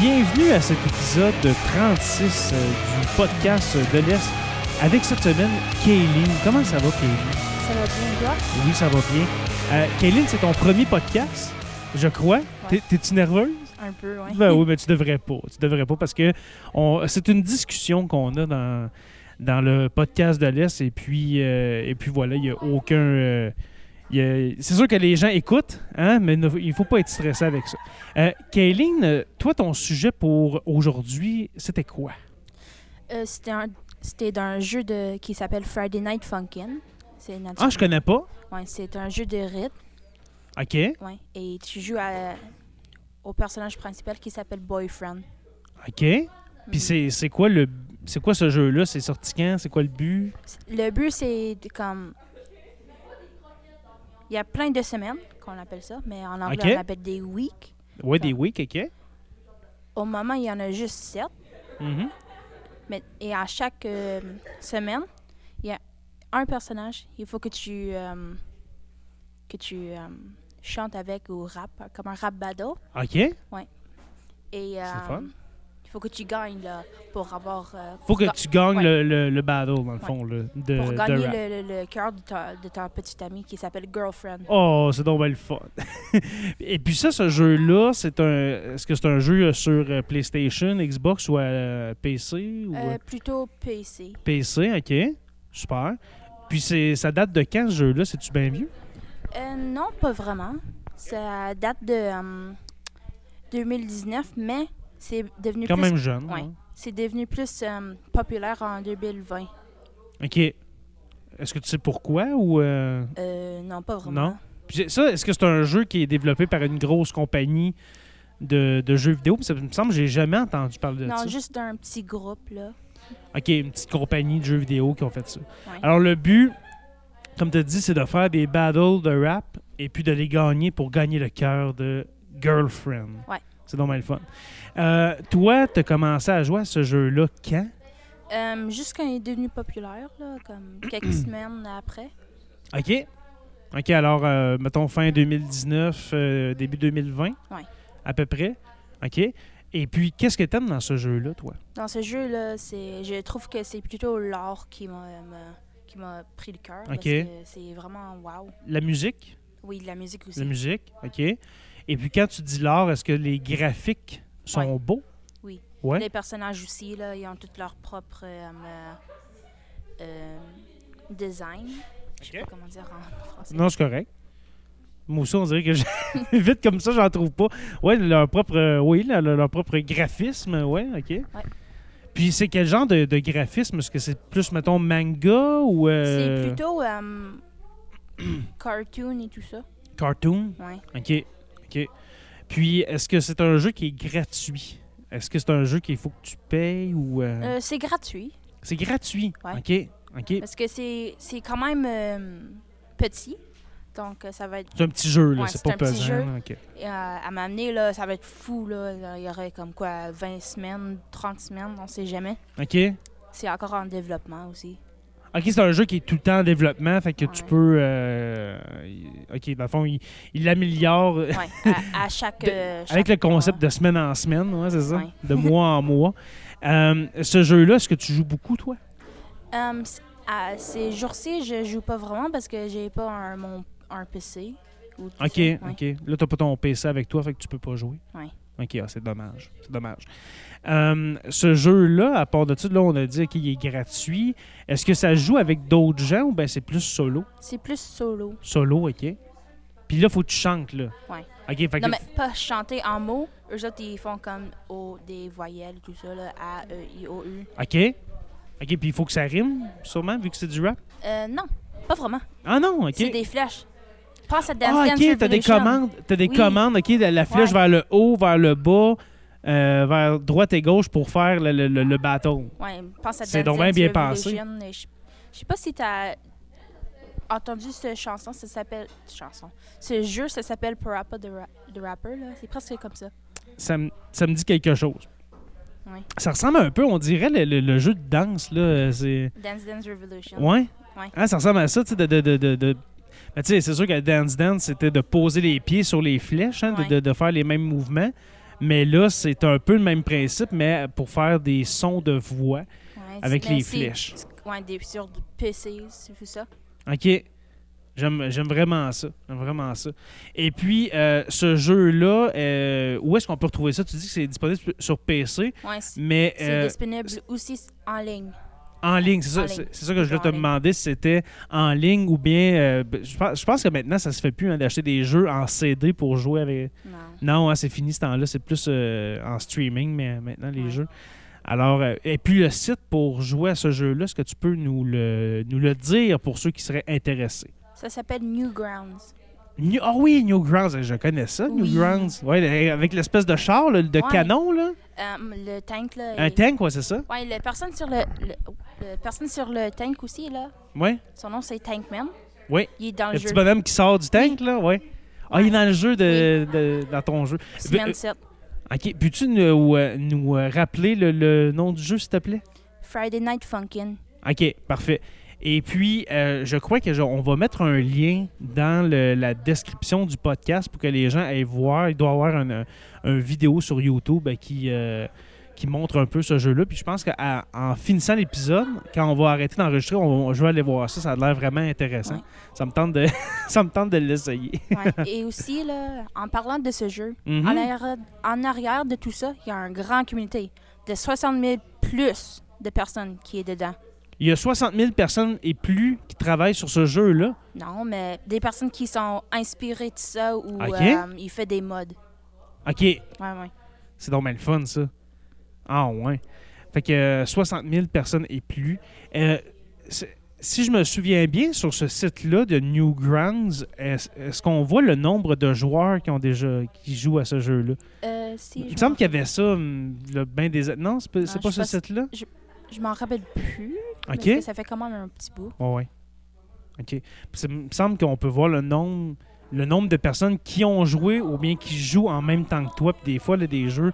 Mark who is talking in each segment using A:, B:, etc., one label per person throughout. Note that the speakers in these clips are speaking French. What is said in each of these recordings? A: bienvenue à cet épisode 36 euh, du podcast de l'Est. Avec cette semaine, Kayleen. Comment ça va, Kayleen?
B: Ça va bien, toi?
A: Oui, ça va bien. Euh, Kayleen, c'est ton premier podcast, je crois. T'es- T'es-tu nerveuse?
B: Un peu, oui.
A: Ben oui, mais tu devrais pas. Tu devrais pas parce que on- c'est une discussion qu'on a dans, dans le podcast de l'Est. Et puis, euh, et puis voilà, il n'y a aucun. euh, il y a- c'est sûr que les gens écoutent, hein, mais ne- il faut pas être stressé avec ça. Euh, Kayleen, euh, toi, ton sujet pour aujourd'hui, c'était quoi?
B: Euh, c'était un- C'était d'un jeu de, qui s'appelle Friday Night Funkin'. C'est une
A: Ah, je connais pas.
B: Ouais, c'est un jeu de rythme.
A: OK.
B: Ouais, et tu joues à- au personnage principal qui s'appelle Boyfriend.
A: OK. Puis c'est, c'est quoi le. C'est quoi ce jeu-là? C'est sorti quand? C'est quoi le but?
B: Le but, c'est de- comme. Il y a plein de semaines qu'on appelle ça, mais en anglais,
A: Ok.
B: on l'appelle des weeks.
A: Ouais, des weeks, OK.
B: Au moment, il y en a juste sept.
A: Mhm.
B: Mais, et à chaque euh, semaine, il y a un personnage. Il faut que tu, euh, que tu euh, chantes avec ou rap, comme un rap battle.
A: OK.
B: Et euh,
A: C'est le fun.
B: il faut que tu gagnes là, pour avoir. euh,
A: Faut que
B: ga-
A: tu gagnes
B: ouais.
A: le, le- le battle, dans le fond, là, de,
B: pour
A: de
B: gagner
A: rap.
B: le, le- le cœur de ta, de ta petite amie qui s'appelle Girlfriend.
A: Oh, c'est donc bien le fun. Et puis ça, ce jeu-là, c'est un. Est-ce que c'est un jeu euh, sur euh, PlayStation, Xbox ou euh, PC ou
B: Euh,
A: euh,
B: plutôt PC.
A: PC, ok. Super. Puis c'est ça date de quand ce jeu-là? C'est-tu bien vieux?
B: Euh, non, pas vraiment. Ça date de euh, 2019, mais c'est devenu
A: Quand
B: plus
A: même jeune.
B: ouais.
A: hein?
B: c'est devenu plus euh, populaire en 2020.
A: OK. Est-ce que tu sais pourquoi ou euh,
B: Euh, non, pas vraiment.
A: Non? Puis c'est- ça, est-ce que c'est un jeu qui est développé par une grosse compagnie de, de jeux vidéo? Ça me semble que j'ai jamais entendu parler de
B: Non,
A: ça.
B: juste d'un petit groupe, là.
A: OK, une petite compagnie de jeux vidéo qui ont fait ça.
B: Ouais.
A: Alors, le but, comme tu as dit, c'est de faire des battles de rap et puis de les gagner pour gagner le cœur de Girlfriend.
B: Ouais.
A: C'est normal le fun. Euh, toi, tu as commencé à jouer à ce jeu-là quand?
B: Euh, juste quand il est devenu populaire, là, comme quelques semaines après.
A: OK. OK, alors, euh, mettons fin 2019, euh, début 2020,
B: Ouais.
A: à peu près. OK. Et puis, qu'est-ce que tu aimes dans ce jeu-là, toi?
B: Dans ce jeu-là, c'est, je trouve que c'est plutôt l'art qui m'a, me- qui m'a pris le cœur.
A: Ok.
B: Parce que c'est vraiment wow.
A: La musique?
B: Oui, de la musique aussi.
A: La musique, OK. Et puis quand tu dis l'art, est-ce que les graphiques sont
B: Ouais.
A: beaux?
B: Oui.
A: Ouais.
B: Les personnages aussi, là, ils ont toutes leur propre euh, euh, euh, design. Je sais
A: Ok.
B: pas comment dire en français.
A: Non, c'est correct. Moi aussi, on dirait que j'ai- vite comme ça, j'en trouve pas. Ouais, leur propre, euh, oui, leur, leur propre graphisme, ouais, OK. Puis c'est quel genre de, de graphisme? Est-ce que c'est plus, mettons, manga ou euh,
B: C'est plutôt euh, cartoon et tout ça.
A: cartoon?
B: Ouais.
A: OK. OK. Puis est-ce que c'est un jeu qui est gratuit? Est-ce que c'est un jeu qu'il faut que tu payes ou... euh,
B: Euh, c'est gratuit.
A: c'est gratuit?
B: ouais.
A: OK. OK.
B: Parce que c'est c'est quand même euh, petit. Donc, euh, ça va être.
A: C'est un petit jeu, là.
B: Ouais,
A: c'est
B: c'est
A: pas
B: un petit
A: pesant.
B: jeu.
A: là, ok.
B: euh, à m'amener, là, ça va être fou, là. Il y aurait comme quoi 20 semaines, 30 semaines, on sait jamais.
A: OK.
B: C'est encore en développement aussi.
A: OK, c'est un jeu qui est tout le temps en développement, fait que tu
B: Ouais.
A: peux... euh, il- OK, dans le fond, il il l'améliore
B: Ouais, à, à chaque,
A: De-
B: euh,
A: avec
B: chaque
A: le concept
B: mois.
A: de semaine en semaine, ouais, c'est ça?
B: Ouais.
A: De mois en mois. Euh, ce jeu-là, est-ce que tu joues beaucoup, toi?
B: Euh, c- à ces jours-ci, je joue pas vraiment parce que j'ai pas un, mon, un PC. ou tout
A: OK,
B: ça, ouais.
A: OK. Là, t'as pas ton PC avec toi, fait que tu peux pas jouer.
B: Ouais.
A: OK, ah, c'est dommage. C'est dommage. Euh, ce jeu-là, à part de tout, là, on a dit qu'il est gratuit. Est-ce que ça joue avec d'autres gens ou bien c'est plus solo?
B: C'est plus solo.
A: Solo, OK. Puis là, faut que tu chantes, là.
B: Ouais.
A: OK, fait que...
B: Non, mais pas chanter en mots. Eux autres, ils font comme au- des voyelles, tout ça, là, A, E, I, O, U.
A: OK. OK, puis il faut que ça rime, sûrement, vu que c'est du rap.
B: Euh, non, pas vraiment.
A: Ah non, OK.
B: C'est des flèches. Pense à Dance
A: ah,
B: Dance
A: OK, t'as des
B: Revolution.
A: commandes. T'as des
B: Oui.
A: commandes, OK, de la flèche
B: Ouais.
A: vers le haut, vers le bas, euh, vers droite et gauche pour faire le, le, le- le bâton.
B: Ouais, pense à
A: C'est
B: Dance
A: donc bien
B: Dance
A: bien
B: Revolution, et Je je sais pas si t'as entendu cette chanson, ça s'appelle... Chanson. Ce jeu, ça s'appelle Parappa the, Ra- the Rapper, là. C'est presque comme ça.
A: Ça me, ça me dit quelque chose.
B: Ouais.
A: Ça ressemble un peu, on dirait, le, le- le jeu de danse, là. euh, C'est...
B: Dance Dance Revolution.
A: Ouais?
B: Ouais.
A: Ah, ça ressemble à ça, tu sais, de... de, de, de- ben, de- Mais tu sais, c'est sûr que Dance Dance, c'était de poser les pieds sur les flèches, hein, de-
B: Ouais.
A: de, de faire les mêmes mouvements. Mais là, c'est un peu le même principe, mais pour faire des sons de voix
B: Ouais,
A: avec
B: mais
A: les
B: c'est-
A: flèches.
B: c'est- Ouais, des sur du PC, c'est tout ça.
A: OK. J'aime j'aime vraiment ça. J'aime vraiment ça. Et puis, euh, ce jeu-là, euh, où est-ce qu'on peut retrouver ça? Tu dis que c'est disponible sur- sur PC,
B: Ouais, c'est
A: mais
B: c'est
A: euh,
B: disponible aussi en ligne.
A: en ligne, c'est ça,
B: en
A: c'est-
B: ligne.
A: c'est ça que je voulais
B: En
A: te
B: ligne.
A: demander si c'était en ligne ou bien. euh, ben, je, pense, je pense que maintenant, ça se fait plus hein, d'acheter des jeux en CD pour jouer avec.
B: Non.
A: Non, hein, c'est fini ce temps-là, c'est plus euh, en streaming, mais euh, maintenant les
B: Ouais.
A: jeux. Alors, euh, et puis le site pour jouer à ce jeu-là, est-ce que tu peux nous le, nous le dire pour ceux qui seraient intéressés?
B: Ça s'appelle Newgrounds.
A: New- Ah oui, Newgrounds, je connais ça,
B: Oui.
A: Newgrounds. Ouais, le- eh, avec l'espèce de char, là, de
B: Ouais.
A: canon, là.
B: Euh, le tank, là.
A: Un
B: il-
A: tank, ouais, c'est ça?
B: Ouais, la personne sur le, le, le personne sur le tank aussi, là.
A: Ouais.
B: Son nom, c'est Tankman.
A: Oui.
B: Il est dans
A: Le
B: le
A: petit
B: jeu.
A: bonhomme qui sort du tank, là, ouais. Ah, il est dans le jeu, de, de- dans ton jeu.
B: Semaine
A: Euh,
B: 7.
A: OK, peux-tu nous, euh, nous, euh, rappeler le, le nom du jeu, s'il te plaît?
B: Friday Night Funkin'.
A: OK, parfait. Et puis, euh, je crois que je- on va mettre un lien dans le- la description du podcast pour que les gens aillent voir. Il doit y avoir une, une vidéo sur YouTube euh, qui, euh, qui montre un peu ce jeu-là. Puis je pense qu'en finissant l'épisode, quand on va arrêter d'enregistrer, on, je vais aller voir ça. Ça a l'air vraiment intéressant.
B: Ouais. Ah,
A: Ça me tente de, ça me tente de l'essayer.
B: Ouais. Et aussi, là, en parlant de ce jeu,
A: Mhm.
B: en, arrière, en arrière de tout ça, il y a une grande communauté de 60 000 plus de personnes qui est dedans.
A: Il y a 60 000 personnes et plus qui travaillent sur ce jeu-là.
B: Non, mais des personnes qui sont inspirées de ça ou
A: Ok.
B: euh, il fait des modes.
A: OK,
B: Ouais, ouais.
A: C'est donc bien le fun, ça. Ah, ouais. Fait que euh, 60 000 personnes et plus. Euh, c'est- si je me souviens bien, sur ce site-là de Newgrounds, est-ce est-ce qu'on voit le nombre de joueurs qui ont déjà qui jouent à ce jeu-là?
B: Euh, si,
A: Il me
B: je
A: semble qu'il y avait ça hum, le ben des... Non, c'est pas, c'est
B: Non,
A: pas
B: je
A: ce
B: sais
A: site-là?
B: m'en- je m'en rappelle plus.
A: OK.
B: Parce que ça fait quand même un petit bout.
A: Ouais, ouais. OK. Puis ça me semble qu'on peut voir le nombre, le nombre de personnes qui ont joué ou bien qui jouent en même temps que toi. Puis des fois, là, des jeux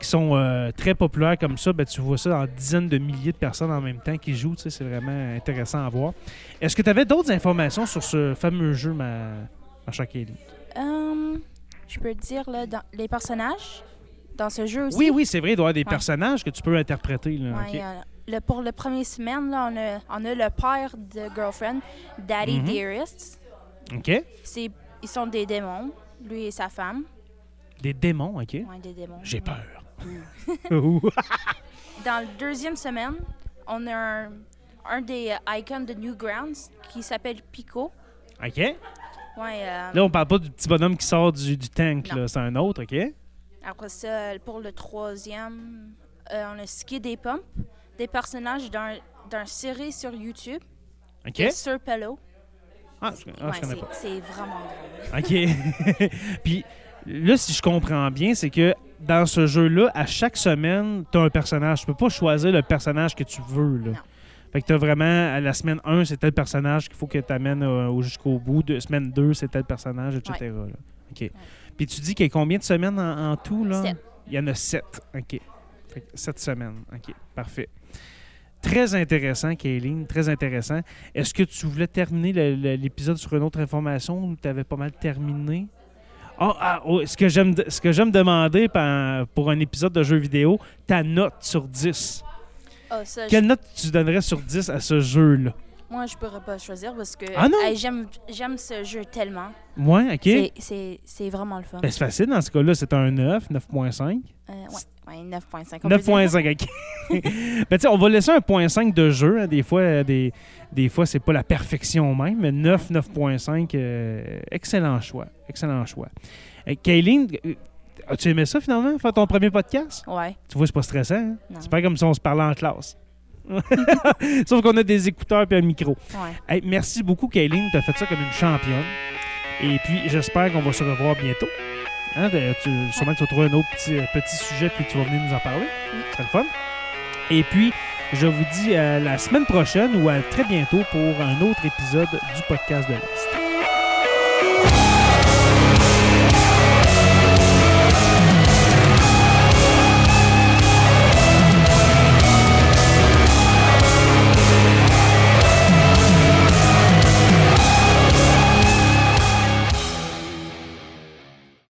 A: qui sont euh, très populaires comme ça, ben, tu vois ça en dizaines de milliers de personnes en même temps qui jouent. Tu sais, C'est vraiment intéressant à voir. Est-ce que tu avais d'autres informations sur ce fameux jeu, ma, ma chère Kelly?
B: Hum, je peux te dire, là, dans les personnages dans ce jeu aussi.
A: Oui, oui, c'est vrai. Il doit y avoir des
B: Ouais.
A: personnages que tu peux interpréter. Là.
B: Ouais,
A: Ah, OK.
B: euh, le- pour la première semaine, là, on, a, on a le père de Girlfriend, Daddy
A: Mhm.
B: Dearest.
A: OK.
B: C'est- Ils sont des démons, lui et sa femme.
A: Des démons, OK.
B: Ouais, des démons.
A: J'ai peur.
B: Mm.
A: Ouh.
B: Dans la deuxième semaine, on a un, un des euh, icons de Newgrounds qui s'appelle Pico.
A: OK.
B: Ouais, euh,
A: Là, on parle pas du petit bonhomme qui sort du, du tank,
B: Non.
A: là. C'est un autre, OK?
B: Après ça, pour le troisième, euh, on a Ski des Pompes, des personnages d'un d'un série sur YouTube,
A: OK?
B: et Sir Pello.
A: Ah, je, ah, je
B: Ouais,
A: connais
B: c'est-
A: pas.
B: c'est vraiment drôle.
A: OK. Puis là, si je comprends bien, c'est que dans ce jeu-là, à chaque semaine, tu as un personnage. Tu peux pas choisir le personnage que tu veux, là.
B: Non.
A: Fait que t'as vraiment, à la semaine 1, c'est tel personnage qu'il faut que tu amènes jusqu'au bout. De, semaine 2, c'est tel personnage, etc. là. OK. Puis tu dis qu'il y a combien de semaines en, en tout, là?
B: Sept.
A: Il y en a 7. OK. Fait que sept semaines. OK. Parfait. Très intéressant, Kayleen. Très intéressant. Est-ce que tu voulais terminer le- le- l'épisode sur une autre information ou tu avais pas mal terminé? Ah, ah, oh, ce que j'aime de- ce que j'aime demander par- pour un épisode de jeu vidéo, ta note sur 10.
B: Ah, ça,
A: Quelle note tu donnerais sur 10 à ce jeu-là?
B: je- moi, je pourrais pas choisir parce que
A: Ah non?
B: hey, j'aime j'aime ce jeu tellement.
A: Ouais, OK.
B: C'est- C'est c'est vraiment le fun.
A: Ben, c'est facile dans ce cas-là, c'est un 9, 9.5.
B: Euh, ouais, ouais, 9.5. on peut dire.
A: 9.5, OK. ben, tu sais, on va laisser un point 5 de jeu. hein. Des fois, euh, des, des fois c'est pas la perfection même, mais 9, 9.5, euh, excellent choix. Excellent choix. Euh, Kayleen, euh, as-tu aimé ça finalement, faire ton premier podcast?
B: Ouais.
A: Tu vois, c'est pas stressant. hein?
B: Non.
A: C'est pas comme si on se parlait en classe. Sauf qu'on a des écouteurs et un micro.
B: ouais.
A: Hey, merci beaucoup, Kayleen. Tu as fait ça comme une championne. Et puis, j'espère qu'on va se revoir bientôt. Hein, de- tu, sûrement que tu vas trouver un autre petit, euh, petit sujet, puis tu vas venir nous en parler. C'est le fun. Et puis, je vous dis à la semaine prochaine ou à très bientôt pour un autre épisode du podcast de l'Est.